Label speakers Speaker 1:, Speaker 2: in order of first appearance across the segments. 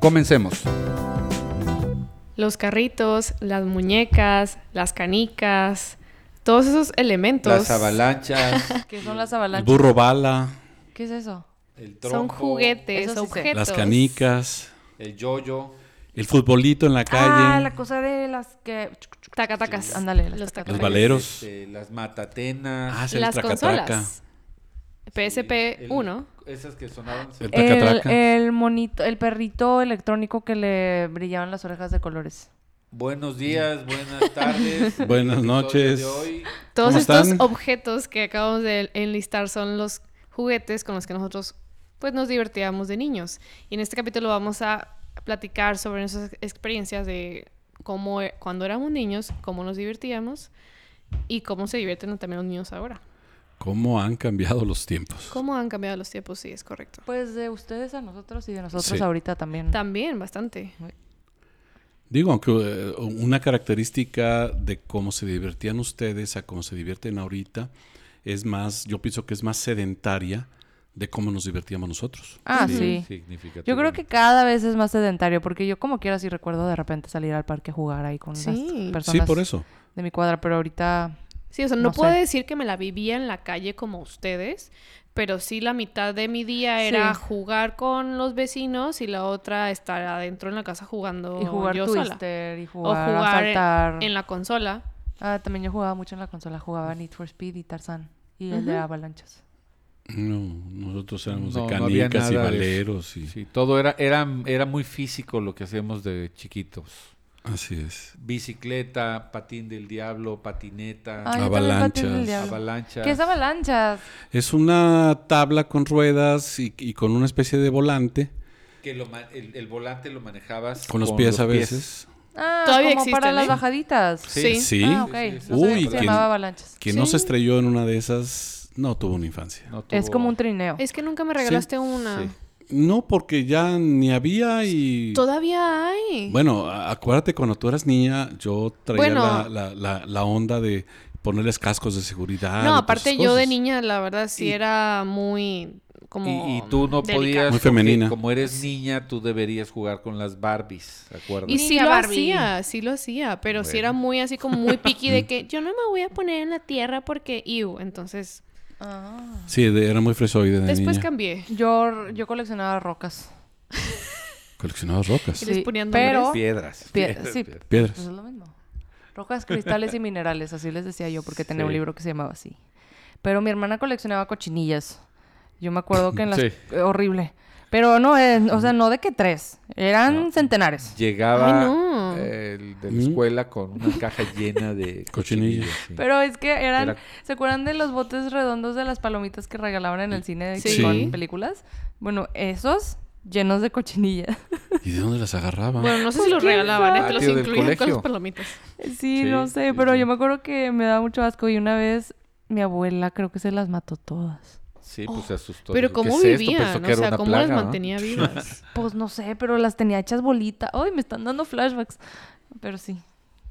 Speaker 1: Comencemos.
Speaker 2: Los carritos, las muñecas, las canicas, todos esos elementos
Speaker 1: Las avalanchas,
Speaker 3: ¿Qué son las
Speaker 4: El
Speaker 3: avalanchas?
Speaker 4: burro bala,
Speaker 3: ¿Qué es eso?
Speaker 1: el trompo,
Speaker 2: son
Speaker 3: Eso
Speaker 2: juguetes,
Speaker 3: sí sé.
Speaker 2: objetos.
Speaker 4: las canicas,
Speaker 1: el yoyo,
Speaker 4: el futbolito en la
Speaker 3: Ah,
Speaker 4: calle,
Speaker 3: la cosa de las que...
Speaker 2: Tacatacas.
Speaker 3: Ándale, las
Speaker 2: los
Speaker 3: tacatacas.
Speaker 4: los
Speaker 2: tacatacas.
Speaker 4: baleros,
Speaker 1: este, las matatenas,
Speaker 4: ah, sí, el
Speaker 2: Las
Speaker 4: tracatraca,
Speaker 2: consolas.
Speaker 1: el-
Speaker 2: PSP 1.
Speaker 1: esas que sonaban.
Speaker 4: El
Speaker 3: El,
Speaker 4: tracatraca.
Speaker 3: el monito, el perrito electrónico que le brillaban las orejas de colores.
Speaker 1: Buenos días, buenas tardes.
Speaker 4: Buenas
Speaker 1: El episodio
Speaker 4: noches.
Speaker 1: de hoy,
Speaker 2: Todos
Speaker 4: ¿Cómo
Speaker 2: estos
Speaker 4: están?
Speaker 2: objetos que acabamos de enlistar son los juguetes con los que nosotros pues nos divertíamos de niños. Y en este capítulo vamos a platicar sobre nuestras experiencias de cómo e- cuando éramos niños, cómo nos divertíamos y cómo se divierten también los niños ahora.
Speaker 4: ¿Cómo han cambiado los tiempos?
Speaker 2: Cómo han cambiado los tiempos, sí, es correcto.
Speaker 3: Pues de ustedes a nosotros y de nosotros
Speaker 4: Sí.
Speaker 3: ahorita también.
Speaker 2: También bastante.
Speaker 4: Digo, aunque eh, una característica de cómo se divertían ustedes a cómo se divierten ahorita es más, yo pienso que es más sedentaria de cómo nos divertíamos nosotros.
Speaker 3: Ah,
Speaker 1: sí,
Speaker 3: sí.
Speaker 1: significativo.
Speaker 3: Yo creo que cada vez es más sedentario, porque yo como quiera sí recuerdo de repente salir al parque a jugar ahí con
Speaker 2: Sí.
Speaker 3: las personas
Speaker 4: Sí, por eso.
Speaker 3: de mi cuadra, pero ahorita
Speaker 2: Sí, o sea, no,
Speaker 3: No
Speaker 2: puedo
Speaker 3: sé.
Speaker 2: decir que me la vivía en la calle como ustedes, pero sí la mitad de mi día era
Speaker 3: Sí.
Speaker 2: jugar con los vecinos y la otra estar adentro en la casa jugando
Speaker 3: y jugar
Speaker 2: yo sola.
Speaker 3: twister y jugar,
Speaker 2: o
Speaker 3: a
Speaker 2: jugar en-
Speaker 3: saltar.
Speaker 2: en la consola.
Speaker 3: Ah, también yo jugaba mucho en la consola, jugaba Need for Speed y Tarzan y el de
Speaker 2: Ujú.
Speaker 3: avalanchas.
Speaker 4: No, nosotros éramos
Speaker 1: No,
Speaker 4: de
Speaker 1: no había
Speaker 4: canicas y
Speaker 1: nada de
Speaker 4: valeros y
Speaker 1: Sí, todo era, era, era muy físico lo que hacíamos de chiquitos.
Speaker 4: así es.
Speaker 1: Bicicleta, patín del diablo, patineta,
Speaker 3: Ah, yo también patín del
Speaker 4: Avalanchas.
Speaker 3: diablo.
Speaker 1: avalancha.
Speaker 3: ¿Qué es avalanchas?
Speaker 4: Es una tabla con ruedas y, y con una especie de volante
Speaker 1: Que lo ma- el, el volante lo manejabas
Speaker 4: con los pies a veces.
Speaker 3: Ah,
Speaker 2: Todavía
Speaker 3: como
Speaker 2: existen,
Speaker 3: para las
Speaker 2: ¿eh?
Speaker 3: bajaditas.
Speaker 2: Sí.
Speaker 4: Sí.
Speaker 3: Ah, ok.
Speaker 1: Sí, sí, sí.
Speaker 3: No sabía que
Speaker 4: Uy,
Speaker 3: se
Speaker 4: ¿quién-
Speaker 3: llamaba avalanchas.
Speaker 4: Quien no
Speaker 2: Sí.
Speaker 4: se estrelló en una de esas no tuvo una infancia.
Speaker 1: No
Speaker 3: Es
Speaker 1: tuvo-
Speaker 3: como un trineo.
Speaker 2: Es que nunca me regalaste una.
Speaker 1: Sí.
Speaker 4: No, porque ya ni había y...
Speaker 2: Todavía hay.
Speaker 4: Bueno, a- acuérdate cuando tú eras niña, yo traía
Speaker 2: Bueno.
Speaker 4: la, la- la- la onda de ponerles cascos de
Speaker 1: ah,
Speaker 4: seguridad. y
Speaker 2: no,
Speaker 4: todas
Speaker 2: aparte
Speaker 4: esas
Speaker 2: yo de
Speaker 4: cosas.
Speaker 2: niña, la verdad, sí
Speaker 1: pues, Y-
Speaker 2: era muy como
Speaker 1: Y, y tú no
Speaker 2: delicada.
Speaker 1: podías.
Speaker 4: Muy
Speaker 1: porque
Speaker 4: femenina.
Speaker 1: Como eres niña, tú deberías jugar con las Barbies, ¿te acuerdas?
Speaker 2: Y sí
Speaker 3: Niña
Speaker 2: lo
Speaker 3: Barbie.
Speaker 2: hacía, sí lo hacía, pero sí
Speaker 1: Bueno.
Speaker 2: era muy así como muy piqui de que yo no me voy a poner en la tierra porque iu, entonces
Speaker 3: Ah.
Speaker 4: Sí, de- era muy fresoide de
Speaker 2: después
Speaker 4: niña.
Speaker 2: cambié.
Speaker 3: Yo, yo coleccionaba rocas.
Speaker 4: Coleccionabas rocas,
Speaker 2: Sí. les ponían
Speaker 3: pero...
Speaker 1: Piedras.
Speaker 3: Pie- sí.
Speaker 4: piedras.
Speaker 3: Pues es lo mismo. Rocas, cristales y minerales, así les decía yo, porque tenía un
Speaker 1: Sí.
Speaker 3: libro que se llamaba así. Pero mi hermana coleccionaba cochinillas. Yo me acuerdo que en las...
Speaker 1: Sí.
Speaker 3: eh, Horrible. Pero no, eh, o sea, no de que tres. Eran centenares.
Speaker 1: Llegaba
Speaker 2: Ay, no.
Speaker 1: eh, el de la
Speaker 4: Mm.
Speaker 1: escuela con una caja llena de cochinillas.
Speaker 4: Cochinillas.
Speaker 1: sí.
Speaker 3: Pero es que eran...
Speaker 1: Era-
Speaker 3: ¿Se acuerdan de los botes redondos de las palomitas que regalaban en el cine
Speaker 2: Sí.
Speaker 3: con películas? Bueno, esos llenos de cochinillas.
Speaker 4: ¿Y de dónde las agarraba?
Speaker 2: Bueno, no sé si los regalaban, ¿eh? te los
Speaker 1: Patio del
Speaker 2: incluían con
Speaker 1: colegio.
Speaker 2: las palomitas.
Speaker 3: Sí,
Speaker 1: Sí,
Speaker 3: no sé,
Speaker 1: sí,
Speaker 3: pero
Speaker 1: sí.
Speaker 3: yo me acuerdo que me daba mucho asco y una vez mi abuela creo que se las mató todas.
Speaker 1: Sí, pues se asustó.
Speaker 2: oh, Pero
Speaker 1: Dijo,
Speaker 2: cómo
Speaker 1: ¿qué es esto? Pensó
Speaker 2: vivían,
Speaker 1: que
Speaker 2: o
Speaker 1: era
Speaker 2: sea,
Speaker 1: una
Speaker 2: cómo
Speaker 1: plaga,
Speaker 2: las
Speaker 1: ¿no?
Speaker 2: mantenía vivas.
Speaker 3: Pues no sé, pero las tenía hechas bolita. Ay, me están dando flashbacks. Pero sí,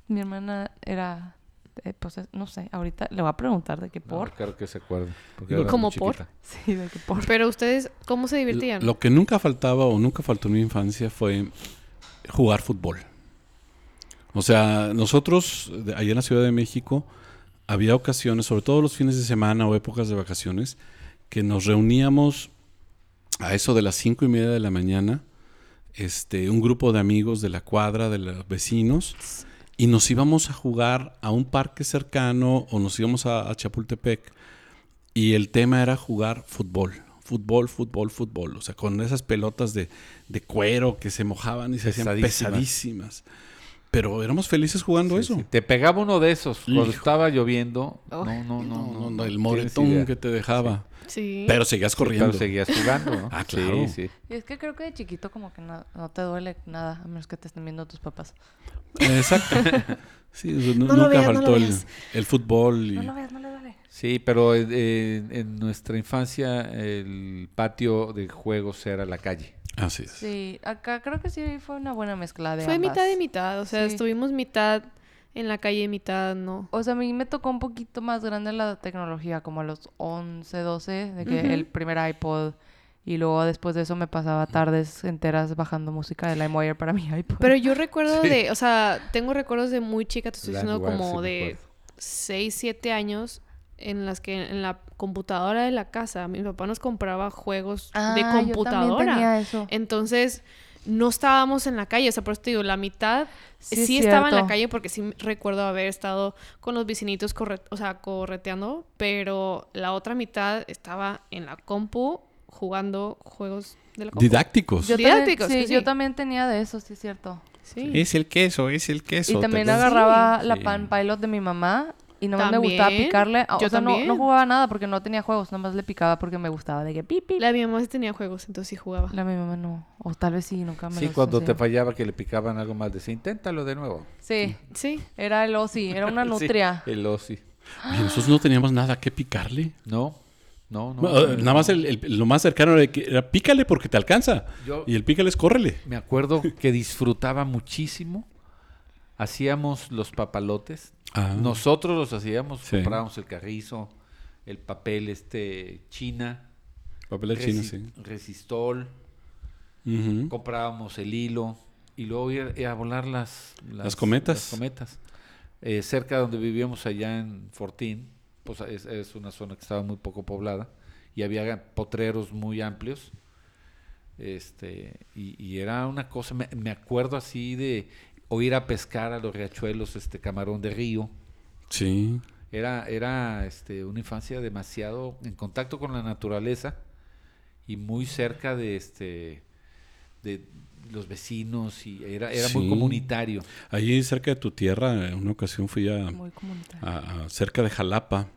Speaker 3: mi hermana era, eh, pues es- no sé, ahorita le voy a preguntar de qué
Speaker 1: No,
Speaker 3: por.
Speaker 1: claro que se acuerda. porque
Speaker 4: Digo,
Speaker 1: era
Speaker 2: ¿cómo
Speaker 1: muy
Speaker 2: por?
Speaker 1: chiquita.
Speaker 3: Sí, de qué por.
Speaker 2: Pero ustedes, ¿cómo se
Speaker 4: L-
Speaker 2: divertían?
Speaker 4: Lo que nunca faltaba o nunca faltó en mi infancia fue jugar fútbol. O sea, nosotros de- allá en la Ciudad de México había ocasiones, sobre todo los fines de semana o épocas de vacaciones, que nos reuníamos a eso de las cinco y media de la mañana, este, un grupo de amigos de la cuadra, de los vecinos, y nos íbamos a jugar a un parque cercano o nos íbamos a, a Chapultepec. Y el tema era jugar fútbol. Fútbol, fútbol, fútbol. O sea, con esas pelotas de, de cuero que se mojaban y se hacían
Speaker 1: Pesadísimas.
Speaker 4: pesadísimas. Pero éramos felices jugando
Speaker 1: Sí,
Speaker 4: eso.
Speaker 1: sí. Te pegaba uno de esos cuando
Speaker 4: Hijo.
Speaker 1: estaba lloviendo. No,
Speaker 3: Oh.
Speaker 1: no, no, no,
Speaker 4: No, no,
Speaker 1: no
Speaker 4: no, el
Speaker 1: tienes
Speaker 4: moretón
Speaker 1: idea.
Speaker 4: que te dejaba.
Speaker 2: Sí.
Speaker 4: Pero seguías corriendo.
Speaker 1: Pero seguías jugando, ¿no?
Speaker 4: Ah, claro.
Speaker 1: Sí, sí.
Speaker 3: Y es que creo que de chiquito como que no, no te duele nada, a menos que te estén viendo tus papás.
Speaker 4: Exacto. Sí, o sea, nu-
Speaker 2: No lo
Speaker 4: nunca
Speaker 2: veas, no lo
Speaker 4: faltó el,
Speaker 2: veas.
Speaker 4: el fútbol. Y...
Speaker 3: No lo veas, no le duele.
Speaker 1: Sí, pero eh, eh, en, nuestra infancia el patio de juegos era la calle.
Speaker 4: Así es.
Speaker 3: Sí, acá creo que sí fue una buena mezcla de
Speaker 2: Fue
Speaker 3: ambas.
Speaker 2: mitad y mitad, o sea,
Speaker 3: Sí.
Speaker 2: estuvimos mitad en la calle y mitad no.
Speaker 3: O sea, a mí me tocó un poquito más grande la tecnología, como a los 11, 12, de que
Speaker 2: Ujú.
Speaker 3: el primer iPod... Y luego después de eso me pasaba tardes enteras bajando música de LimeWire para mi iPod.
Speaker 2: Pero yo recuerdo
Speaker 1: Sí.
Speaker 2: de, o sea, tengo recuerdos de muy chica, te estoy diciendo
Speaker 1: Landwire,
Speaker 2: como
Speaker 1: sí me
Speaker 2: de
Speaker 1: acuerdo.
Speaker 2: 6, 7 años, en las que en la computadora de la casa mi papá nos compraba juegos
Speaker 3: Ah,
Speaker 2: de
Speaker 3: yo también
Speaker 2: computadora.
Speaker 3: tenía eso.
Speaker 2: Entonces, no estábamos en la calle, o sea, por eso te digo, la mitad
Speaker 3: Sí,
Speaker 2: sí,
Speaker 3: es
Speaker 2: estaba en la
Speaker 3: cierto.
Speaker 2: calle porque sí recuerdo haber estado con los vecinitos corre- o sea, correteando, pero la otra mitad estaba en la compu jugando juegos de la compu.
Speaker 4: Didácticos.
Speaker 3: Yo también-
Speaker 2: Didácticos,
Speaker 3: sí,
Speaker 2: que
Speaker 3: yo
Speaker 2: sí.
Speaker 3: también tenía de eso, sí es cierto.
Speaker 2: Sí.
Speaker 4: el queso, es el queso.
Speaker 3: Y también
Speaker 4: ¿te acuerdas?
Speaker 3: agarraba la
Speaker 4: Sí.
Speaker 3: pan pilot de mi mamá y nomás me gustaba
Speaker 2: También,
Speaker 3: picarle. O
Speaker 2: yo
Speaker 3: sea, no,
Speaker 2: también.
Speaker 3: no jugaba nada porque no tenía juegos, nomás le picaba porque me gustaba de que pipi. La,
Speaker 2: La de mi mamá sí tenía juegos, entonces sí jugaba.
Speaker 3: de mi mamá no. O tal vez sí, nunca me
Speaker 1: Sí,
Speaker 3: los
Speaker 1: cuando te
Speaker 3: enseñó.
Speaker 1: fallaba que le picaban algo más, decía, inténtalo de nuevo.
Speaker 3: Sí,
Speaker 2: Sí.
Speaker 3: era el Ozzy, era una
Speaker 1: Sí,
Speaker 3: nutria.
Speaker 1: el Ozzy.
Speaker 4: Oye, nosotros no teníamos nada que picarle.
Speaker 1: No, no, no.
Speaker 4: Bueno, eh, Nada más el- el- lo más cercano era, que era pícale porque te alcanza.
Speaker 1: Yo-
Speaker 4: Y el pícale es córrele.
Speaker 1: Me acuerdo que disfrutaba muchísimo. Hacíamos los papalotes.
Speaker 4: Ah.
Speaker 1: Nosotros los hacíamos,
Speaker 4: Sí.
Speaker 1: comprábamos el carrizo, el papel este china,
Speaker 4: Papel de chino, sí.
Speaker 1: resi- resistol,
Speaker 4: Ujú.
Speaker 1: comprábamos el hilo y luego ir, ir a volar las,
Speaker 4: Las cometas.
Speaker 1: las cometas. Eh, cerca de donde vivíamos allá en Fortín, pues es, es una zona que estaba muy poco poblada y había potreros muy amplios. Este, y, y era una cosa, me, me acuerdo así de o ir a pescar a los riachuelos, este camarón de río.
Speaker 4: Sí.
Speaker 1: Era, era este, una infancia demasiado en contacto con la naturaleza y muy cerca de este de los vecinos y era, era muy
Speaker 4: Sí.
Speaker 1: comunitario.
Speaker 4: Allí cerca de tu tierra, en una ocasión fui a,
Speaker 3: Muy comunitaria.
Speaker 4: a- a- cerca de Jalapa,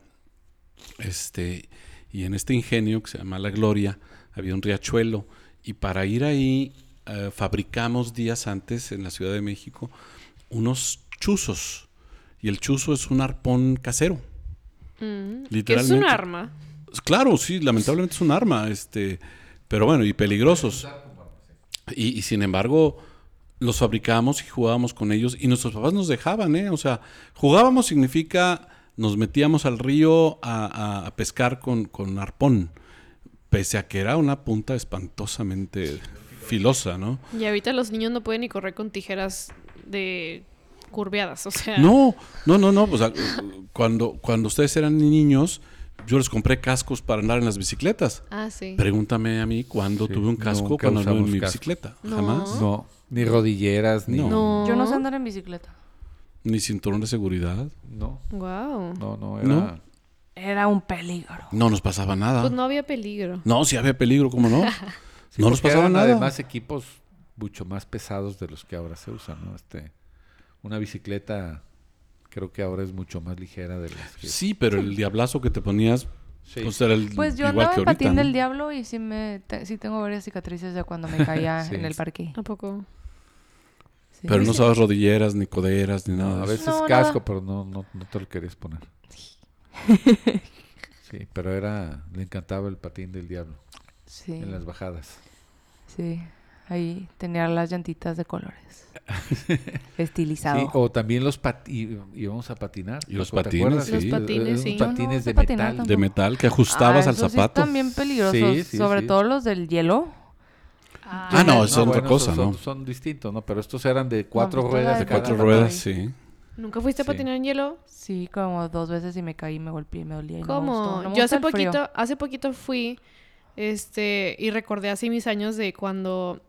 Speaker 4: este, y en este ingenio que se llama La Gloria, había un riachuelo, y para ir ahí eh, fabricamos días antes en la Ciudad de México unos chuzos, y el chuzo es un arpón casero.
Speaker 2: Mm. Que es un
Speaker 4: Literalmente.
Speaker 2: arma.
Speaker 4: Claro, sí, lamentablemente es un arma, este, pero bueno, y peligrosos. Y, y sin embargo, los fabricábamos y jugábamos con ellos y nuestros papás nos dejaban, ¿eh? O sea, jugábamos significa nos metíamos al río a, a- a pescar con, con arpón, pese a que era una punta espantosamente filosa, ¿no?
Speaker 2: Y ahorita los niños no pueden ni correr con tijeras de curveadas, o sea.
Speaker 4: No, no, no, no. O sea, cuando, cuando ustedes eran niños, yo les compré cascos para andar en las bicicletas.
Speaker 2: Ah, sí.
Speaker 4: Pregúntame a mí cuándo
Speaker 1: Sí,
Speaker 4: tuve un casco
Speaker 1: nunca
Speaker 4: cuando andaba en
Speaker 1: usamos
Speaker 4: mi
Speaker 1: casco.
Speaker 4: bicicleta.
Speaker 2: No.
Speaker 4: Jamás.
Speaker 1: No, ni rodilleras, ni
Speaker 4: ¿Ah? No.
Speaker 1: no,
Speaker 2: no.
Speaker 3: Yo no sé andar en bicicleta.
Speaker 4: Ni cinturón de seguridad.
Speaker 1: no,
Speaker 2: Wow.
Speaker 1: no, no, era
Speaker 4: No.
Speaker 3: Era un peligro.
Speaker 4: No nos pasaba nada.
Speaker 2: Pues
Speaker 4: no.
Speaker 2: no había peligro.
Speaker 4: si había peligro, ¿cómo no?
Speaker 1: Sí,
Speaker 4: no nos
Speaker 1: porque
Speaker 4: pasaba
Speaker 1: eran
Speaker 4: nada.
Speaker 1: Además equipos mucho más pesados de los que ahora se usan, ¿no? Este una bicicleta creo que ahora es mucho más ligera de las que
Speaker 4: sí, pero el diablazo que te ponías,
Speaker 1: Sí.
Speaker 4: pues era el
Speaker 3: Pues yo
Speaker 4: igual
Speaker 3: andaba
Speaker 4: que
Speaker 3: en
Speaker 4: ahorita.
Speaker 3: patín
Speaker 4: ¿no?
Speaker 3: del diablo y sí, me, te- sí tengo varias cicatrices de cuando me caía
Speaker 1: Sí.
Speaker 3: en el parque.
Speaker 2: ¿A poco?
Speaker 3: Sí.
Speaker 4: Pero no usabas rodilleras, ni coderas, ni nada.
Speaker 1: a
Speaker 4: de eso.
Speaker 1: veces
Speaker 3: No, nada.
Speaker 1: casco, pero no, no, no te lo querías poner. Sí, pero era, le encantaba el patín del diablo
Speaker 3: Sí.
Speaker 1: en las bajadas.
Speaker 3: Sí, ahí tenía las llantitas de colores.
Speaker 1: Sí,
Speaker 3: Estilizado.
Speaker 1: o también los patines, íbamos a patinar.
Speaker 4: Y los
Speaker 1: ¿te acuerdas?
Speaker 4: patines,
Speaker 2: Los sí. patines,
Speaker 1: Esos
Speaker 2: sí.
Speaker 1: patines
Speaker 3: Yo
Speaker 1: de
Speaker 3: no sé patinar
Speaker 1: metal.
Speaker 4: De metal que ajustabas
Speaker 3: Ah,
Speaker 4: al
Speaker 3: esos sí
Speaker 4: zapato.
Speaker 3: están bien peligrosos,
Speaker 1: Sí, sí,
Speaker 3: sobre
Speaker 1: sí.
Speaker 3: todo los del hielo.
Speaker 4: Ah, no, es
Speaker 1: No,
Speaker 4: otra
Speaker 1: bueno,
Speaker 4: cosa,
Speaker 1: esos
Speaker 4: ¿no?
Speaker 1: son, son distintos, ¿no? Pero estos eran de cuatro
Speaker 3: No, pues,
Speaker 1: ruedas.
Speaker 3: toda
Speaker 4: De
Speaker 3: de
Speaker 1: cada
Speaker 4: cuatro
Speaker 3: cada
Speaker 1: lado.
Speaker 4: ruedas,
Speaker 3: lado
Speaker 4: sí.
Speaker 2: ¿Nunca fuiste a
Speaker 1: Sí.
Speaker 2: patinar en hielo?
Speaker 3: Sí, como dos veces y me caí, me golpeé, me dolía. Y no me
Speaker 2: ¿Cómo?
Speaker 3: gustó. No me
Speaker 2: Yo
Speaker 3: gusta
Speaker 2: hace
Speaker 3: el frío.
Speaker 2: poquito, hace poquito fui, este, y recordé así mis años de cuando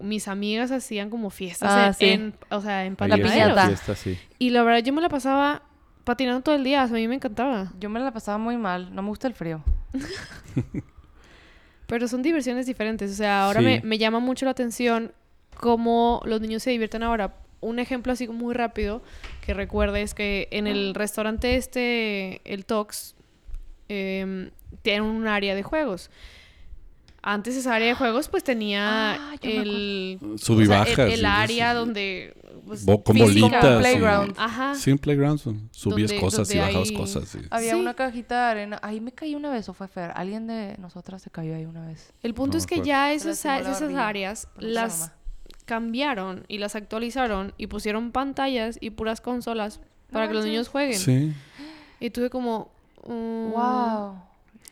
Speaker 2: mis amigas hacían como fiestas
Speaker 3: Ah,
Speaker 2: en,
Speaker 3: sí.
Speaker 2: en- o sea, en
Speaker 1: Ahí
Speaker 3: La
Speaker 1: es,
Speaker 2: patinaderos.
Speaker 3: piñata.
Speaker 1: sí, está, sí.
Speaker 2: Y la verdad yo me la pasaba patinando todo el día, o sea, a mí me encantaba.
Speaker 3: Yo me la pasaba muy mal, no me gusta el frío.
Speaker 2: Pero son diversiones diferentes. O sea, ahora me,
Speaker 1: Sí.
Speaker 2: me llama mucho la atención cómo los niños se divierten ahora un ejemplo así muy rápido que recuerde es que en el restaurante este, el Tox, eh, tiene un área de juegos. Antes esa área de juegos pues tenía
Speaker 3: Ah, yo me
Speaker 2: el,
Speaker 4: Sub y
Speaker 2: o sea,
Speaker 4: bajas,
Speaker 2: el, el
Speaker 4: sí,
Speaker 2: área
Speaker 4: sí.
Speaker 2: donde... pues,
Speaker 4: Bo- con
Speaker 2: físico,
Speaker 4: bolitas.
Speaker 3: como
Speaker 4: y-
Speaker 3: playground.
Speaker 2: Ajá.
Speaker 4: Sí, en playground son- subías
Speaker 2: Donde-
Speaker 4: cosas y
Speaker 2: donde
Speaker 4: bajabas
Speaker 2: hay-
Speaker 4: cosas. sí.
Speaker 3: Había
Speaker 2: Sí.
Speaker 3: una cajita de arena. Ahí me caí una vez, o fue Fer. Alguien de nosotras se cayó ahí una vez.
Speaker 2: El punto
Speaker 1: No
Speaker 2: es
Speaker 1: me
Speaker 2: que
Speaker 1: acuerdo.
Speaker 2: ya
Speaker 3: Se
Speaker 2: esas,
Speaker 3: lastimó la
Speaker 2: esas
Speaker 3: barbilla,
Speaker 2: áreas
Speaker 3: porque se
Speaker 2: las
Speaker 3: mamá.
Speaker 2: cambiaron y las actualizaron y pusieron pantallas y puras consolas para que los
Speaker 3: manches.
Speaker 2: niños jueguen.
Speaker 4: Sí.
Speaker 2: Y tuve como... mm,
Speaker 3: Wow.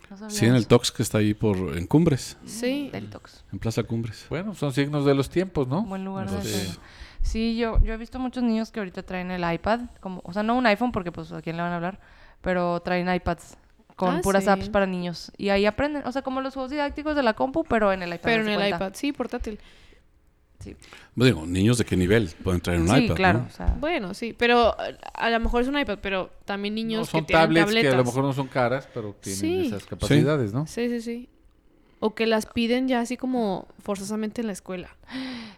Speaker 3: No sabía
Speaker 4: Sí, en el
Speaker 3: eso.
Speaker 4: Tox que está ahí por en Cumbres,
Speaker 2: Sí.
Speaker 3: Del Tox.
Speaker 4: en Plaza Cumbres.
Speaker 1: Bueno, son signos de los tiempos, ¿no?
Speaker 3: Buen lugar de
Speaker 1: Entonces,
Speaker 4: Sí.
Speaker 3: hacerlo. Sí, yo, yo he visto muchos niños que ahorita traen el iPad, como, o sea, no un iPhone porque pues a quién le van a hablar, pero traen iPads con
Speaker 2: Ah,
Speaker 3: puras
Speaker 2: sí.
Speaker 3: apps para niños y ahí aprenden, o sea, como los juegos didácticos de la compu, pero en el iPad.
Speaker 2: Pero
Speaker 3: haz
Speaker 2: en
Speaker 3: de
Speaker 2: el
Speaker 3: cuenta.
Speaker 2: iPad, sí, portátil.
Speaker 4: Bueno, Pues digo, niños de qué nivel pueden traer un
Speaker 3: sí,
Speaker 4: iPad.
Speaker 3: claro,
Speaker 4: ¿no?
Speaker 3: o sea,
Speaker 2: Bueno, sí, pero eh, a lo mejor es un iPad, pero también
Speaker 1: no
Speaker 2: niños
Speaker 1: son
Speaker 2: que tienen
Speaker 1: tablets
Speaker 2: tabletas.
Speaker 1: que a lo mejor no son caras, pero tienen
Speaker 2: Sí.
Speaker 1: esas capacidades, ¿no?
Speaker 2: Sí, sí, sí. O que las piden ya así como forzosamente en la escuela.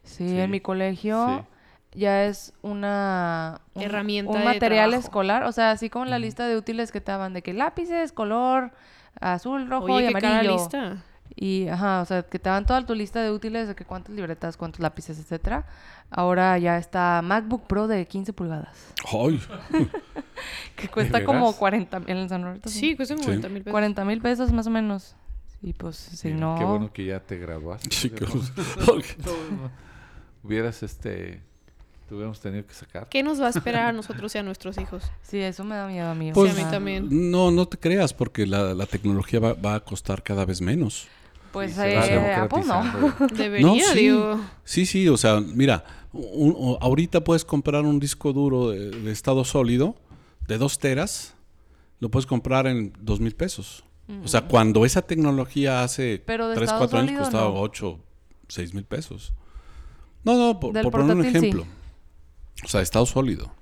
Speaker 3: sí,
Speaker 1: sí,
Speaker 3: en mi colegio ya es una un-
Speaker 2: Herramienta
Speaker 3: un
Speaker 2: de
Speaker 3: material
Speaker 2: trabajo.
Speaker 3: escolar, o sea, así como la lista de útiles que te daban de que lápices, color azul, rojo
Speaker 2: Oye,
Speaker 3: y
Speaker 2: que cara
Speaker 3: amarillo.
Speaker 2: lista.
Speaker 3: Y, ajá, o sea, que te dan toda tu lista de útiles, de que cuántas libretas, cuántos lápices, etcétera. Ahora ya está MacBook Pro de 15 pulgadas,
Speaker 4: Ay,
Speaker 3: que cuesta como
Speaker 1: veras?
Speaker 3: 40 mil en San Roberto.
Speaker 2: Sí, cuesta
Speaker 4: Sí.
Speaker 2: 90 mil pesos.
Speaker 3: 40 mil pesos más o menos. Y pues, si
Speaker 1: Mira,
Speaker 3: no...
Speaker 1: Qué bueno que ya te graduaste.
Speaker 4: chicos.
Speaker 1: Hubieras, este, te hubiéramos tenido que sacar.
Speaker 2: ¿Qué nos va a esperar a nosotros y a nuestros hijos?
Speaker 3: Sí, eso me da miedo a mí. o
Speaker 4: Pues,
Speaker 2: sí, a
Speaker 3: sea,
Speaker 2: mí también.
Speaker 4: No, no te creas, porque la, la tecnología va, va a costar cada vez menos.
Speaker 3: Pues,
Speaker 1: se va
Speaker 3: eh, Apple no.
Speaker 1: democratizando.
Speaker 2: Debería,
Speaker 4: sí.
Speaker 2: digo.
Speaker 4: Sí, sí, o sea, mira, un- o- ahorita puedes comprar un disco duro de, de estado sólido de dos teras, lo puedes comprar en dos mil pesos. O sea, cuando esa tecnología hace
Speaker 3: Pero de
Speaker 4: tres,
Speaker 3: estado
Speaker 4: cuatro años
Speaker 3: sólido,
Speaker 4: costaba
Speaker 3: no.
Speaker 4: ocho, seis mil pesos. No, no, por,
Speaker 3: Del
Speaker 4: por poner un
Speaker 3: portátil, sí.
Speaker 4: ejemplo. O sea, estado sólido.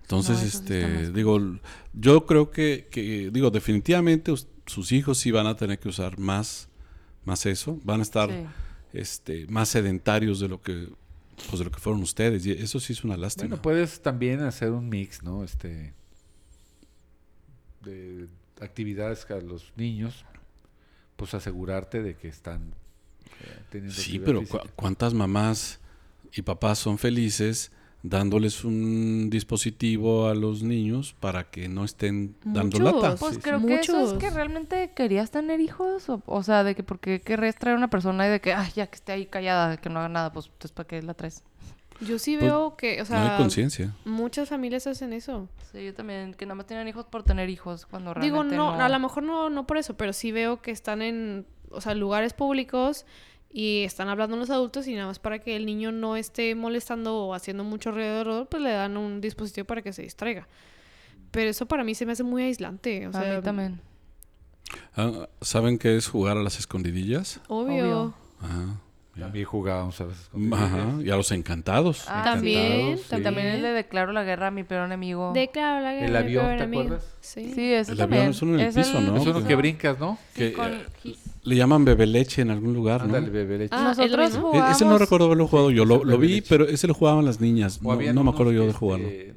Speaker 4: Entonces,
Speaker 3: No, eso sí está
Speaker 4: este,
Speaker 3: más
Speaker 4: digo, yo creo que, que, digo, definitivamente us- sus hijos sí van a tener que usar más, más eso. Van a estar
Speaker 3: Sí.
Speaker 4: este, más sedentarios de lo que pues de lo que fueron ustedes y eso sí es una lástima.
Speaker 1: Bueno, pues, puedes también hacer un mix, ¿no? Este de actividades a los niños, pues asegurarte de que están eh, teniendo
Speaker 4: sí,
Speaker 1: actividad
Speaker 4: pero
Speaker 1: física.
Speaker 4: cu- cuántas mamás y papás son felices dándoles un dispositivo a los niños para que no estén dando
Speaker 2: Muchos.
Speaker 4: lata.
Speaker 3: Pues
Speaker 1: Sí,
Speaker 3: creo que eso es
Speaker 2: Muchos.
Speaker 3: que realmente querías tener hijos, o, o sea, de que porque querrías traer a una persona y de que, ay, ya que esté ahí callada, que no haga nada, pues entonces para qué la traes.
Speaker 2: Yo sí
Speaker 4: Pues,
Speaker 2: veo que, o
Speaker 4: no hay
Speaker 2: sea,
Speaker 4: conciencia.
Speaker 2: muchas familias hacen eso.
Speaker 3: Sí, yo también, que nada más tienen hijos por tener hijos, cuando
Speaker 2: Digo,
Speaker 3: realmente
Speaker 2: no, a lo mejor no, no por eso, pero sí veo que están en, o sea, lugares públicos y están hablando los adultos y nada más para que el niño no esté molestando o haciendo mucho ruido, pues le dan un dispositivo para que se distraiga. Pero eso para mí se me hace muy aislante, o sea,
Speaker 3: a mí también.
Speaker 4: Ah, ¿Saben qué es jugar a las escondidillas?
Speaker 2: obvio.
Speaker 3: Obvio.
Speaker 4: Ajá.
Speaker 1: También jugábamos a veces con
Speaker 4: Ajá, y a los encantados.
Speaker 3: Ah,
Speaker 2: También,
Speaker 1: Encantados, sí.
Speaker 3: Tam- También
Speaker 2: también.
Speaker 3: el de declaro la guerra a mi peor enemigo.
Speaker 2: Declaro la guerra.
Speaker 1: El
Speaker 2: a mi
Speaker 1: avión,
Speaker 2: peor
Speaker 1: ¿te
Speaker 2: amigo.
Speaker 1: acuerdas?
Speaker 2: Sí.
Speaker 3: Sí, eso
Speaker 4: El avión
Speaker 3: también.
Speaker 4: es uno en el piso, ¿no?
Speaker 1: Es uno que
Speaker 4: Sí.
Speaker 1: brincas, ¿no?
Speaker 3: Sí,
Speaker 4: que,
Speaker 3: con
Speaker 4: eh,
Speaker 3: gis.
Speaker 4: Le llaman bebe leche en algún lugar, ¿no?
Speaker 1: Ándale, bebé leche.
Speaker 2: Ah,
Speaker 3: Nosotros
Speaker 2: ¿es lo mismo?
Speaker 4: E-
Speaker 3: jugamos...
Speaker 4: Ese no recuerdo haberlo jugado yo, lo,
Speaker 1: es
Speaker 4: lo
Speaker 1: bebe
Speaker 4: vi,
Speaker 1: leche.
Speaker 4: pero ese lo jugaban las niñas,
Speaker 1: O
Speaker 4: no,
Speaker 1: habían
Speaker 4: no me
Speaker 1: unos
Speaker 4: acuerdo yo
Speaker 1: que,
Speaker 4: de jugarlo.
Speaker 1: este,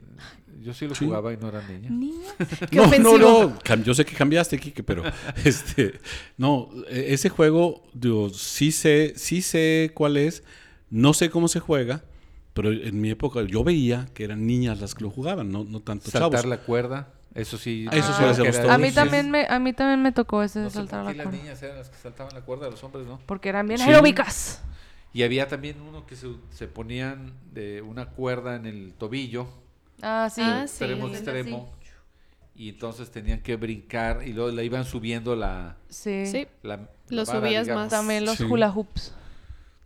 Speaker 1: Yo sí lo jugaba y no era niña.
Speaker 3: Niña.
Speaker 2: Qué
Speaker 4: no,
Speaker 2: ofensivo.
Speaker 4: no, no. cam- Yo sé que cambiaste, Kike, pero este, no, e- ese juego, digo, sí sé, sí sé cuál es, no sé cómo se juega, pero en mi época yo veía que eran niñas las que lo jugaban, no, no tanto
Speaker 1: Saltar
Speaker 4: chavos.
Speaker 1: la cuerda, eso sí.
Speaker 4: Ah, eso sí
Speaker 1: creo
Speaker 4: lo hacíamos
Speaker 1: que era de
Speaker 4: todos.
Speaker 3: A mí
Speaker 1: niñas.
Speaker 3: también me, a mí también me tocó ese de
Speaker 1: No sé
Speaker 3: saltar
Speaker 1: por
Speaker 3: la
Speaker 1: qué las
Speaker 3: cuerda.
Speaker 1: niñas eran las que saltaban la cuerda, los hombres no.
Speaker 3: Porque eran bien
Speaker 4: Sí.
Speaker 3: aeróbicas.
Speaker 1: Y había también uno que se, se ponían de una cuerda en el tobillo,
Speaker 3: Ah, sí.
Speaker 2: Ah, sí.
Speaker 1: extremo
Speaker 2: sí, sí.
Speaker 1: extremo, y entonces tenían que brincar y luego la iban subiendo la...
Speaker 3: Sí.
Speaker 2: Sí,
Speaker 1: la
Speaker 2: Lo
Speaker 1: la vara,
Speaker 2: subías
Speaker 1: digamos.
Speaker 2: más.
Speaker 3: También los
Speaker 4: Sí.
Speaker 3: hula hoops.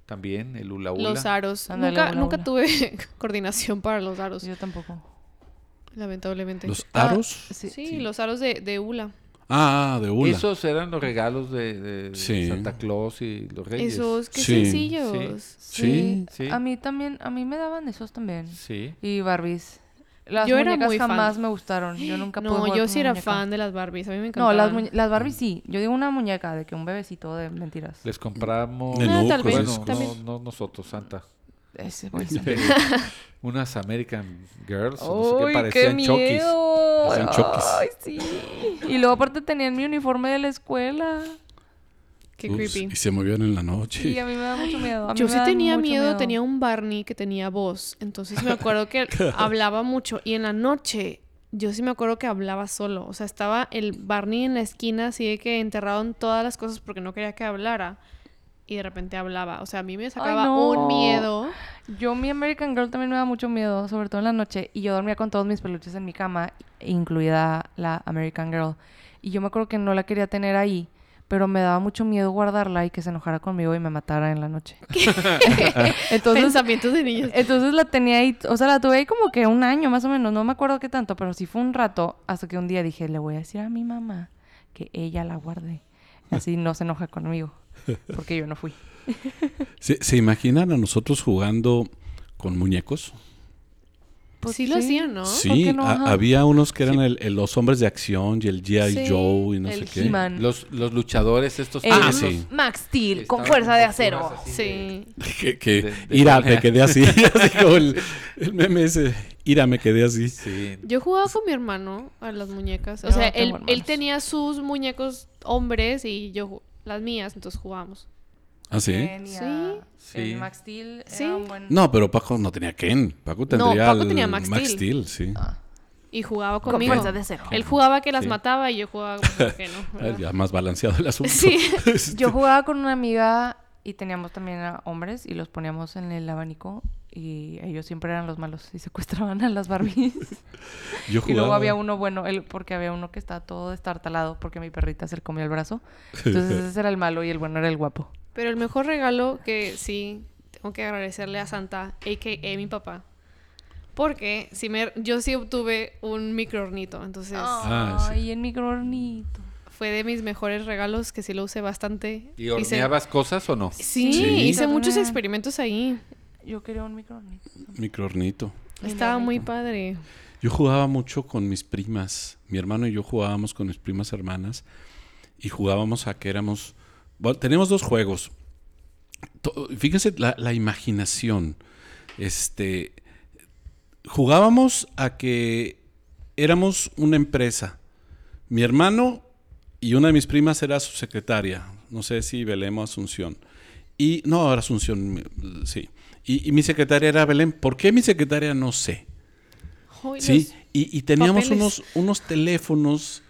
Speaker 1: También el hula hula.
Speaker 2: los aros.
Speaker 3: Ándale,
Speaker 2: nunca
Speaker 3: bola,
Speaker 2: nunca
Speaker 3: bola.
Speaker 2: tuve coordinación para los aros,
Speaker 3: Yo tampoco.
Speaker 2: lamentablemente.
Speaker 4: ¿Los
Speaker 3: Ah,
Speaker 4: aros?
Speaker 3: sí.
Speaker 2: Sí, los aros de, de hula.
Speaker 4: Ah, de hula.
Speaker 1: Esos eran los regalos de, de
Speaker 4: Sí.
Speaker 1: Santa Claus y los reyes.
Speaker 2: Esos, qué
Speaker 4: Sí.
Speaker 2: sencillos.
Speaker 3: Sí,
Speaker 1: Sí.
Speaker 3: A mí también, a mí me daban esos también.
Speaker 1: Sí.
Speaker 3: Y Barbies. Las
Speaker 2: Yo era
Speaker 3: muñecas
Speaker 2: muy fan.
Speaker 3: jamás me gustaron. Yo nunca pude
Speaker 2: No,
Speaker 3: jugar
Speaker 2: yo
Speaker 3: con
Speaker 2: sí era
Speaker 3: muñeca.
Speaker 2: fan de las Barbies. A mí me
Speaker 3: No,
Speaker 2: encantaban.
Speaker 3: las, muñe- las Barbies sí. Yo digo una muñeca de que un bebecito de mentiras.
Speaker 1: Les compramos...
Speaker 4: De
Speaker 2: Ah,
Speaker 4: nucos,
Speaker 2: tal vez,
Speaker 4: esas
Speaker 1: Bueno,
Speaker 4: cosas.
Speaker 1: no,
Speaker 2: también.
Speaker 1: no nosotros, Santa.
Speaker 3: Ese bolsón.
Speaker 1: Unas American Girls, o no sé qué
Speaker 3: ¡Ay, qué
Speaker 1: parecían choquis.
Speaker 3: miedo!
Speaker 4: Parecían chokis.
Speaker 3: ¡Ay, sí! Y luego aparte tenían mi uniforme de la escuela.
Speaker 2: Qué
Speaker 4: Ups,
Speaker 2: creepy.
Speaker 4: Y se movían en la noche.
Speaker 3: Y a mí me da mucho miedo. a mí
Speaker 2: Yo
Speaker 3: me
Speaker 2: sí
Speaker 3: dan
Speaker 2: tenía
Speaker 3: mucho
Speaker 2: miedo, tenía un Barney que tenía voz. Entonces me acuerdo que hablaba mucho. Y en la noche, yo sí me acuerdo que hablaba solo. O sea, estaba el Barney en la esquina, así de que enterrado en todas las cosas porque no quería que hablara. Y de repente hablaba. O sea, a mí me sacaba
Speaker 3: no.
Speaker 2: un miedo.
Speaker 3: Yo mi American Girl también me da mucho miedo, sobre todo en la noche. Y yo dormía con todos mis peluches en mi cama, incluida la American Girl. Y yo me acuerdo que no la quería tener ahí, pero me daba mucho miedo guardarla y que se enojara conmigo y me matara en la noche. entonces,
Speaker 2: Pensamientos de niños.
Speaker 3: entonces la tenía ahí, o sea, la tuve ahí como que un año más o menos, no me acuerdo qué tanto, pero sí fue un rato, hasta que un día dije, le voy a decir a mi mamá que ella la guarde. Así no se enoja conmigo, porque yo no fui.
Speaker 4: ¿Se, se imaginan a nosotros jugando con muñecos?
Speaker 3: Pues
Speaker 2: sí, lo hacían, Ah, ¿no?
Speaker 3: ¿Por
Speaker 4: Sí,
Speaker 3: qué no?
Speaker 4: a-
Speaker 3: Ajá.
Speaker 4: había unos que eran el- el- los hombres de acción y el G.I.
Speaker 2: Sí,
Speaker 4: Joe y no sé
Speaker 2: el
Speaker 4: qué.
Speaker 3: He-Man.
Speaker 1: Los, los luchadores estos.
Speaker 3: Eh,
Speaker 4: Ah,
Speaker 1: esos
Speaker 4: sí.
Speaker 3: Max Steel,
Speaker 1: que
Speaker 3: con
Speaker 1: estaban
Speaker 3: fuerza de
Speaker 1: posturas
Speaker 3: acero.
Speaker 1: así de-
Speaker 2: Sí.
Speaker 4: Que,
Speaker 1: De-
Speaker 4: que
Speaker 1: de-
Speaker 4: ira, me quedé así. así como el, el meme ese. Ira, me quedé así.
Speaker 1: Sí.
Speaker 2: Yo jugaba con mi hermano a las muñecas. O
Speaker 3: Yo
Speaker 2: sea,
Speaker 3: no tengo
Speaker 2: él, él
Speaker 3: hermanos.
Speaker 2: tenía sus muñecos hombres y yo ju- las mías, entonces jugábamos.
Speaker 4: ¿Ah, sí?
Speaker 3: Tenía-
Speaker 1: Sí.
Speaker 3: El Max Steel
Speaker 2: Sí.
Speaker 3: era un buen...
Speaker 4: No, pero Paco no tenía Ken. Paco tendría
Speaker 2: Paco
Speaker 4: al
Speaker 2: tenía Max Steel.
Speaker 4: sí.
Speaker 2: Y jugaba
Speaker 3: Con
Speaker 2: conmigo.
Speaker 3: fuerza de acero.
Speaker 2: Él jugaba que las
Speaker 1: Sí.
Speaker 2: mataba y yo jugaba como que no.
Speaker 4: Ah,
Speaker 2: ¿verdad?
Speaker 4: ya más balanceado el asunto.
Speaker 2: Sí.
Speaker 3: Yo jugaba con una amiga y teníamos también a hombres y los poníamos en el abanico y ellos siempre eran los malos y secuestraban a las Barbies.
Speaker 4: Yo
Speaker 3: y luego
Speaker 4: jugaba-
Speaker 3: había uno bueno, el, porque había uno que estaba todo destartalado porque mi perrita se le comió el brazo. Entonces ese era el malo y el bueno era el guapo.
Speaker 2: Pero el mejor regalo que sí tengo que agradecerle a Santa, a.k.a. mi papá. Porque si me, yo sí obtuve un microornito. Entonces
Speaker 3: Oh.
Speaker 4: Ah, sí.
Speaker 3: Ay, el microornito.
Speaker 2: fue de mis mejores regalos que sí lo usé bastante.
Speaker 1: ¿Y
Speaker 2: Hice-
Speaker 1: horneabas cosas o no?
Speaker 2: Sí,
Speaker 4: Sí.
Speaker 2: hice muchos
Speaker 3: Ah.
Speaker 2: experimentos ahí.
Speaker 3: Yo quería un microornito.
Speaker 4: Microornito.
Speaker 3: Ay,
Speaker 2: Estaba
Speaker 3: no,
Speaker 2: muy padre.
Speaker 4: Yo jugaba mucho con mis primas. Mi hermano y yo jugábamos con mis primas hermanas y jugábamos a que éramos... Bueno, tenemos dos juegos. To- Fíjense la, la imaginación. Este, jugábamos a que éramos una empresa. Mi hermano y una de mis primas era su secretaria. No sé si Belén o Asunción. Y no, era Asunción, mi- sí. Y, y mi secretaria era Belén. ¿Por qué mi secretaria? No sé.
Speaker 2: Ay,
Speaker 4: Sí,
Speaker 2: los-
Speaker 4: y, y teníamos
Speaker 2: papeles.
Speaker 4: unos, unos teléfonos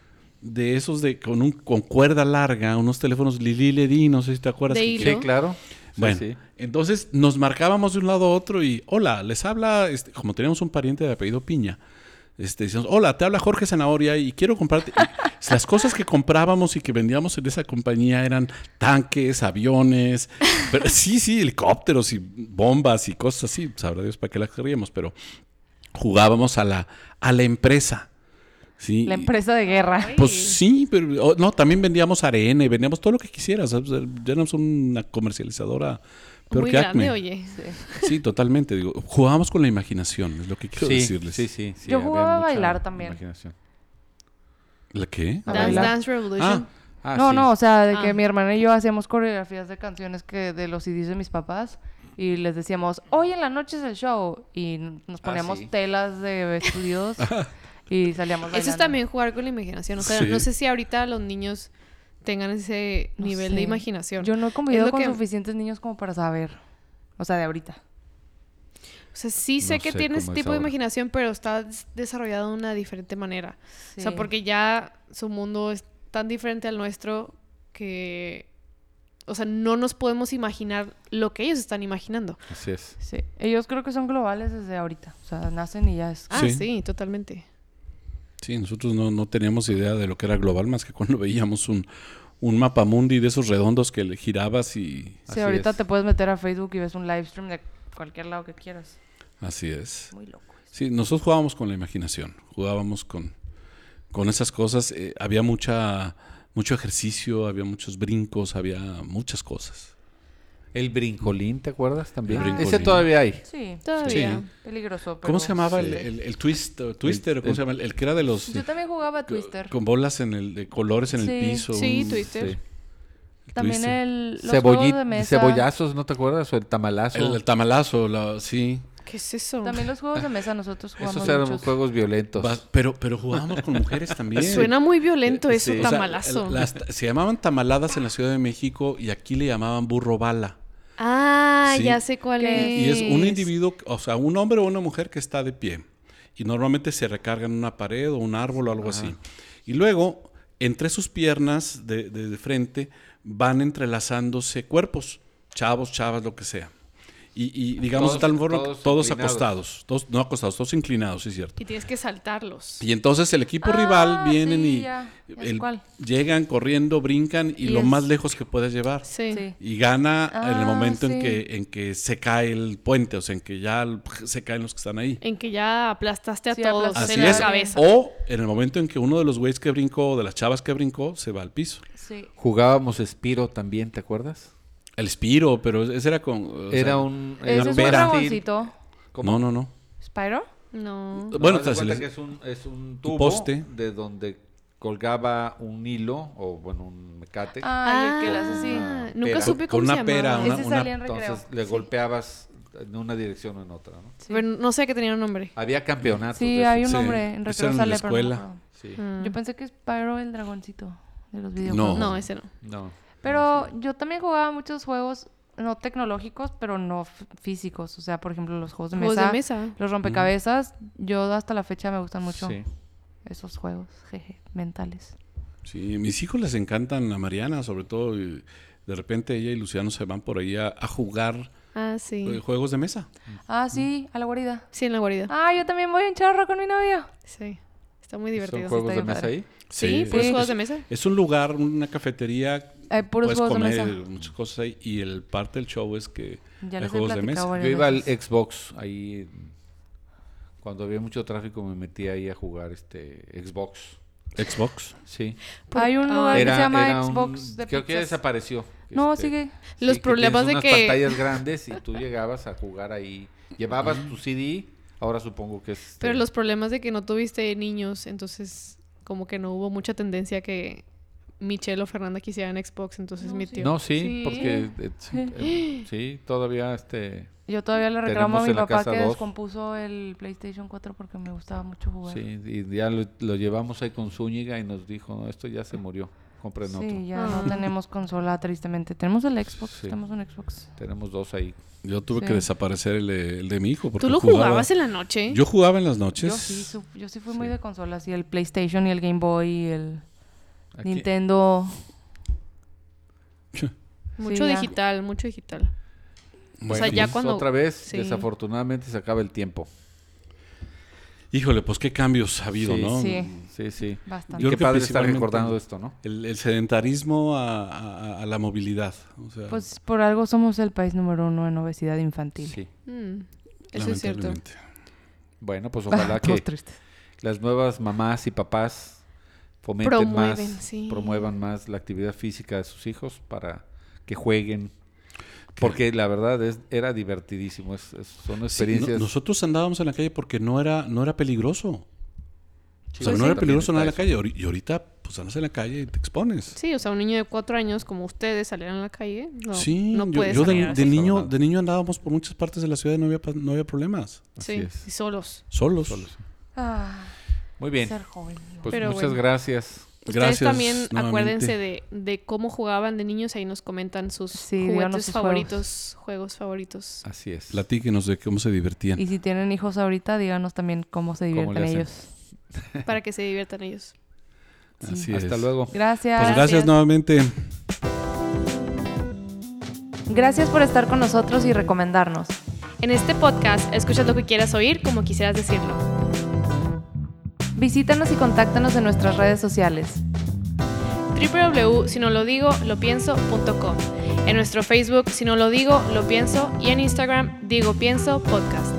Speaker 4: de esos de con, un, con cuerda larga, unos teléfonos Lili Ledi, no sé si te acuerdas.
Speaker 2: De
Speaker 4: que-
Speaker 2: hilo.
Speaker 4: que-
Speaker 1: Sí, claro. Sí,
Speaker 4: Bueno,
Speaker 1: sí.
Speaker 4: entonces nos marcábamos de un lado a otro y, hola, les habla, este, como teníamos un pariente de apellido Piña, este, decíamos, hola, te habla Jorge Zanahoria y quiero comprarte. y las cosas que comprábamos y que vendíamos en esa compañía eran tanques, aviones, pero, sí, sí, helicópteros y bombas y cosas así. Sabrá Dios para qué las queríamos, pero jugábamos a la, a la empresa. ¿sí?
Speaker 3: La empresa de guerra.
Speaker 4: Pues sí, pero o- no, también vendíamos ARN, vendíamos todo lo que quisieras. o sea, Ya éramos una comercializadora peor
Speaker 2: Muy
Speaker 4: que
Speaker 2: grande,
Speaker 4: Acme.
Speaker 2: oye.
Speaker 4: Sí, totalmente. Digo, jugábamos con la imaginación, es lo que quiero
Speaker 1: Sí,
Speaker 4: decirles.
Speaker 1: sí, sí, sí,
Speaker 3: Yo
Speaker 1: había
Speaker 3: jugaba a
Speaker 1: mucha
Speaker 3: bailar también.
Speaker 1: imaginación.
Speaker 4: ¿La qué?
Speaker 3: A
Speaker 2: Dance
Speaker 3: bailar.
Speaker 2: Dance Revolution.
Speaker 1: Ah,
Speaker 3: no,
Speaker 1: sí.
Speaker 3: no, o sea, de
Speaker 2: Ah.
Speaker 3: que mi hermana y yo hacíamos coreografías de canciones que de los CDs de mis papás y les decíamos, hoy en la noche es el show y n- nos
Speaker 1: Ah,
Speaker 3: poníamos
Speaker 1: sí.
Speaker 3: telas de vestidos y salíamos
Speaker 2: Eso es
Speaker 3: bailando.
Speaker 2: también jugar con la imaginación. O sea,
Speaker 4: Sí.
Speaker 2: no sé si ahorita los niños tengan ese
Speaker 3: No
Speaker 2: nivel
Speaker 3: sé.
Speaker 2: de imaginación.
Speaker 3: Yo no he
Speaker 2: Es
Speaker 3: convivido
Speaker 2: lo
Speaker 3: con
Speaker 2: que-
Speaker 3: suficientes niños como para saber, o sea, de ahorita.
Speaker 2: O sea, sí sé
Speaker 1: No
Speaker 2: que
Speaker 1: sé
Speaker 2: tiene ese
Speaker 1: cómo es
Speaker 2: tipo de
Speaker 1: ahora.
Speaker 2: imaginación, pero está des- desarrollado de una diferente manera. O sea,
Speaker 3: Sí.
Speaker 2: porque ya su mundo es tan diferente al nuestro que... O sea, no nos podemos imaginar lo que ellos están imaginando.
Speaker 1: Así es.
Speaker 3: Sí, ellos creo que son globales desde ahorita, o sea, nacen y ya es...
Speaker 2: Ah,
Speaker 4: Sí.
Speaker 2: sí, totalmente.
Speaker 4: Sí, nosotros no, no teníamos idea de lo que era global más que cuando veíamos un, un mundi de esos redondos que le girabas y
Speaker 3: Sí,
Speaker 1: así
Speaker 3: ahorita
Speaker 1: es.
Speaker 3: te puedes meter a Facebook y ves un live stream de cualquier lado que quieras.
Speaker 4: así es.
Speaker 3: Muy loco.
Speaker 4: Sí, nosotros jugábamos con la imaginación, jugábamos con, con esas cosas. eh, había mucha, mucho ejercicio, había muchos brincos, había muchas cosas.
Speaker 1: El brincolín, ¿te acuerdas también? Ah,
Speaker 4: El
Speaker 1: Ese
Speaker 4: brincolín.
Speaker 1: todavía hay.
Speaker 3: Sí,
Speaker 2: Todavía.
Speaker 3: peligroso.
Speaker 4: ¿Cómo
Speaker 3: pero-
Speaker 4: se llamaba el,
Speaker 1: sí.
Speaker 4: el, el twist, o twister? o ¿Cómo
Speaker 1: el-
Speaker 4: se llama? El, el que era de los...
Speaker 3: Yo también jugaba a Twister.
Speaker 4: Con bolas en el, de colores en
Speaker 3: Sí,
Speaker 4: el piso.
Speaker 2: Sí,
Speaker 4: un-
Speaker 2: Twitter.
Speaker 1: Sí.
Speaker 3: También
Speaker 4: tuviste.
Speaker 3: el, los
Speaker 1: Cebolli-
Speaker 3: juegos de mesa.
Speaker 1: Cebollazos, ¿no te acuerdas? O el tamalazo.
Speaker 4: El, el tamalazo, la- sí.
Speaker 2: ¿Qué es eso?
Speaker 3: También los juegos de mesa nosotros jugamos
Speaker 1: Esos eran
Speaker 3: muchos.
Speaker 1: juegos violentos.
Speaker 4: Va- pero, pero jugábamos con mujeres también.
Speaker 2: Suena muy violento
Speaker 1: Eh,
Speaker 2: eso,
Speaker 1: sí.
Speaker 4: O sea,
Speaker 2: tamalazo.
Speaker 4: el- las- se llamaban tamaladas en la Ciudad de México y aquí le llamaban burro bala.
Speaker 2: Ah,
Speaker 4: Sí.
Speaker 2: ya sé cuál
Speaker 3: ¿Qué?
Speaker 2: es.
Speaker 4: Y es un individuo, o sea, un hombre o una mujer que está de pie. Y normalmente se recarga en una pared o un árbol o algo así. Y luego, entre sus piernas de, de- de frente, van entrelazándose cuerpos, chavos, chavas, lo que sea. Y, y digamos de
Speaker 1: Todos-
Speaker 4: tal forma, todos,
Speaker 1: todos inclinados.
Speaker 4: acostados, todos no acostados, todos inclinados, sí es cierto.
Speaker 2: Y tienes que saltarlos.
Speaker 4: Y entonces el equipo
Speaker 3: Ah,
Speaker 4: rival vienen
Speaker 3: sí,
Speaker 4: y
Speaker 3: ya, ya sé
Speaker 4: el-
Speaker 3: cuál.
Speaker 4: llegan corriendo, brincan y,
Speaker 3: Y
Speaker 4: lo
Speaker 3: es-
Speaker 4: más lejos que puedes llevar.
Speaker 2: Sí.
Speaker 3: Sí.
Speaker 4: Y gana en
Speaker 3: Ah,
Speaker 4: el momento
Speaker 3: sí.
Speaker 4: en, que, en que se cae el puente, o sea, en que ya el- se caen los que están ahí.
Speaker 2: En que ya aplastaste a
Speaker 3: Sí,
Speaker 2: todos
Speaker 3: aplastaste
Speaker 4: Así
Speaker 2: en
Speaker 4: es.
Speaker 2: la cabeza.
Speaker 4: O en el momento en que uno de los güeyes que brincó o de las chavas que brincó se va al piso.
Speaker 3: Sí.
Speaker 1: Jugábamos Espiro también, ¿te acuerdas?
Speaker 4: El Spiro, pero ese era con... o
Speaker 1: era
Speaker 4: sea,
Speaker 1: un...
Speaker 3: Ese es un
Speaker 4: pera.
Speaker 3: dragoncito.
Speaker 4: No, no, no.
Speaker 3: ¿Spyro?
Speaker 2: No.
Speaker 4: Bueno,
Speaker 1: Haz de
Speaker 4: o sea,
Speaker 1: cuenta
Speaker 4: se
Speaker 1: que
Speaker 4: les-
Speaker 1: es un, es un tubo
Speaker 4: poste.
Speaker 1: de donde colgaba un hilo o, bueno, un mecate.
Speaker 3: Ah, y el que le hace así.
Speaker 2: Ah, Nunca
Speaker 1: pera.
Speaker 2: supe
Speaker 4: Con
Speaker 2: cómo
Speaker 4: una
Speaker 2: se
Speaker 4: pera,
Speaker 2: llamaba.
Speaker 4: una-
Speaker 3: Ese salía en recreo.
Speaker 1: Entonces le
Speaker 3: Sí.
Speaker 1: golpeabas en una dirección o en otra, ¿no?
Speaker 3: Sí,
Speaker 2: Bueno, no sé que tenía un nombre.
Speaker 1: Había campeonatos.
Speaker 3: Sí,
Speaker 1: de
Speaker 3: hay
Speaker 1: esos.
Speaker 3: un
Speaker 4: Ah, pues, Sí,
Speaker 3: nombre en
Speaker 4: ese
Speaker 3: recreo
Speaker 4: era en la
Speaker 3: sale, pero no me
Speaker 4: escuela.
Speaker 3: acuerdo.
Speaker 1: Sí.
Speaker 2: Mm.
Speaker 3: Yo pensé que Spyro el dragoncito de los videojuegos.
Speaker 4: No.
Speaker 2: No, ese no.
Speaker 1: No.
Speaker 3: Pero yo también jugaba muchos juegos no tecnológicos, pero no f- físicos. O sea, por ejemplo, los juegos de
Speaker 2: Juegos
Speaker 3: mesa.
Speaker 2: de mesa.
Speaker 3: Los rompecabezas. Yo hasta la fecha me gustan mucho
Speaker 1: Sí.
Speaker 3: esos juegos, jeje, mentales.
Speaker 4: Sí, mis hijos les encantan a Mariana, sobre todo. y de repente ella y Luciano se van por ahí a, a jugar
Speaker 2: Ah,
Speaker 4: eh,
Speaker 2: sí.
Speaker 4: juegos de mesa.
Speaker 3: Ah, sí, a la guarida.
Speaker 2: Sí, en la guarida.
Speaker 3: Ah, yo también voy en charro con mi novio.
Speaker 2: Sí. Está muy
Speaker 1: ¿Son
Speaker 2: divertido.
Speaker 1: juegos de
Speaker 3: bien
Speaker 1: mesa
Speaker 3: padre.
Speaker 1: ahí?
Speaker 2: Sí,
Speaker 4: pues,
Speaker 2: puros
Speaker 4: es-
Speaker 2: juegos de mesa.
Speaker 4: Es un lugar, una cafetería.
Speaker 3: Hay puros
Speaker 4: puedes
Speaker 3: juegos de
Speaker 4: comer
Speaker 3: mesa.
Speaker 4: muchas cosas ahí. Y el parte del show es que
Speaker 3: Ya les
Speaker 4: hay
Speaker 3: he
Speaker 4: juegos de
Speaker 3: platicado
Speaker 4: mesa.
Speaker 3: varias
Speaker 1: Yo iba al
Speaker 3: veces.
Speaker 1: Xbox ahí. Cuando había mucho tráfico me metía ahí a jugar este Xbox.
Speaker 4: Xbox.
Speaker 1: Sí.
Speaker 3: Hay un
Speaker 2: Ah.
Speaker 3: lugar que se
Speaker 1: era
Speaker 3: llama
Speaker 1: un-
Speaker 3: Xbox de
Speaker 1: Creo que ya
Speaker 3: pizzas.
Speaker 1: desapareció.
Speaker 3: No,
Speaker 1: Este,
Speaker 3: sigue.
Speaker 1: sí,
Speaker 2: Los
Speaker 1: que
Speaker 2: problemas
Speaker 1: tienes
Speaker 2: de
Speaker 1: unas
Speaker 2: que-
Speaker 1: pantallas grandes y tú llegabas a jugar ahí. Llevabas tu CD, ahora supongo que es... este,
Speaker 2: Pero los problemas de que no tuviste niños, entonces como que no hubo mucha tendencia que Michelle o Fernanda quisieran Xbox, entonces
Speaker 3: No,
Speaker 2: mi
Speaker 3: sí.
Speaker 2: tío.
Speaker 1: No, sí,
Speaker 2: Sí.
Speaker 1: porque... eh, sí, eh, sí, todavía este...
Speaker 3: Yo todavía le reclamo
Speaker 1: Tenemos
Speaker 3: a mi
Speaker 1: en la
Speaker 3: papá
Speaker 1: casa
Speaker 3: que
Speaker 1: dos.
Speaker 3: descompuso el PlayStation 4 porque me gustaba mucho jugar. Sí,
Speaker 1: Sí, y ya lo, lo llevamos ahí con Zúñiga y nos dijo, no, esto ya se murió, compren otro.
Speaker 3: ya no
Speaker 2: Ah.
Speaker 3: tenemos consola, tristemente. Tenemos el Xbox,
Speaker 1: Sí.
Speaker 3: tenemos un Xbox.
Speaker 1: Tenemos dos ahí.
Speaker 4: Yo tuve
Speaker 3: Sí.
Speaker 4: que desaparecer el de, el de mi hijo. Porque
Speaker 2: ¿Tú lo
Speaker 4: jugaba-
Speaker 2: jugabas en la noche?
Speaker 4: Yo jugaba en las noches.
Speaker 3: Yo sí, su- yo sí fui muy de consolas y el PlayStation y el Game Boy y el
Speaker 1: Aquí-
Speaker 3: Nintendo.
Speaker 2: Mucho
Speaker 3: Sí, ya.
Speaker 2: digital, mucho digital.
Speaker 4: Bueno,
Speaker 2: sea, ya
Speaker 4: pues,
Speaker 2: cu- cuando-
Speaker 1: Otra vez,
Speaker 2: sí.
Speaker 1: desafortunadamente, se acaba el tiempo.
Speaker 4: Híjole, pues qué cambios ha habido,
Speaker 1: Sí.
Speaker 4: ¿no?
Speaker 3: Sí,
Speaker 1: Sí, sí.
Speaker 3: bastante.
Speaker 4: Yo
Speaker 1: Qué
Speaker 4: creo que
Speaker 1: padre estar
Speaker 4: principalmente-
Speaker 1: recordando esto, ¿no?
Speaker 4: El, el sedentarismo a, a- a la movilidad. o sea,
Speaker 3: Pues por algo somos el país número uno en obesidad infantil.
Speaker 1: Sí.
Speaker 2: Mm, eso es cierto.
Speaker 4: lamentablemente.
Speaker 1: Bueno, pues ojalá
Speaker 3: Todos
Speaker 1: que
Speaker 3: tristes.
Speaker 1: las nuevas mamás y papás fomenten
Speaker 2: Promueven,
Speaker 1: más,
Speaker 2: sí.
Speaker 1: promuevan más la actividad física de sus hijos para que jueguen. Porque la verdad es, era divertidísimo. es- es- son
Speaker 4: Sí, no-
Speaker 1: experiencias.
Speaker 4: nosotros andábamos en la calle porque no era, no era peligroso. O sea,
Speaker 1: Pues
Speaker 4: no
Speaker 1: sí.
Speaker 4: era peligroso
Speaker 1: También
Speaker 4: nada en la
Speaker 1: está
Speaker 4: calle. Ahori- Y ahorita, pues andas en la calle y te expones.
Speaker 2: Sí, o sea, un niño de cuatro años como ustedes salieran a la calle, no,
Speaker 4: sí,
Speaker 2: no
Speaker 4: yo-
Speaker 2: puedes
Speaker 4: yo,
Speaker 2: salir
Speaker 4: de,
Speaker 2: así.
Speaker 4: de niño,
Speaker 1: Perdonado.
Speaker 4: de niño andábamos por muchas partes de la ciudad y no había, pa- no había problemas.
Speaker 1: Así
Speaker 2: Sí,
Speaker 1: es.
Speaker 2: y solos.
Speaker 4: Solos.
Speaker 3: Ah,
Speaker 1: Muy bien.
Speaker 3: ser joven. no.
Speaker 1: Pues
Speaker 2: Pero
Speaker 1: muchas
Speaker 2: bueno.
Speaker 1: gracias.
Speaker 2: Ustedes
Speaker 4: Gracias
Speaker 2: también
Speaker 4: nuevamente.
Speaker 2: acuérdense de, de cómo jugaban de niños, ahí nos comentan sus
Speaker 3: Sí, díganos
Speaker 2: juguetes
Speaker 3: sus
Speaker 2: favoritos, juegos favoritos.
Speaker 1: Así es.
Speaker 4: Platíquenos de cómo se divertían.
Speaker 3: Y si tienen hijos ahorita, díganos también cómo se
Speaker 1: ¿Cómo le
Speaker 3: divierten ellos.
Speaker 1: hacen?
Speaker 2: para que se diviertan ellos.
Speaker 3: sí.
Speaker 4: Así es.
Speaker 1: Hasta luego.
Speaker 3: Gracias.
Speaker 4: Pues gracias nuevamente.
Speaker 3: Gracias por estar con nosotros y recomendarnos.
Speaker 2: En este podcast escuchas lo que quieras oír como quisieras decirlo.
Speaker 3: Visítanos y contáctanos en nuestras redes sociales.
Speaker 2: www si no lo digo lo pienso.com. En nuestro Facebook si no lo digo lo pienso y en Instagram digo pienso podcast.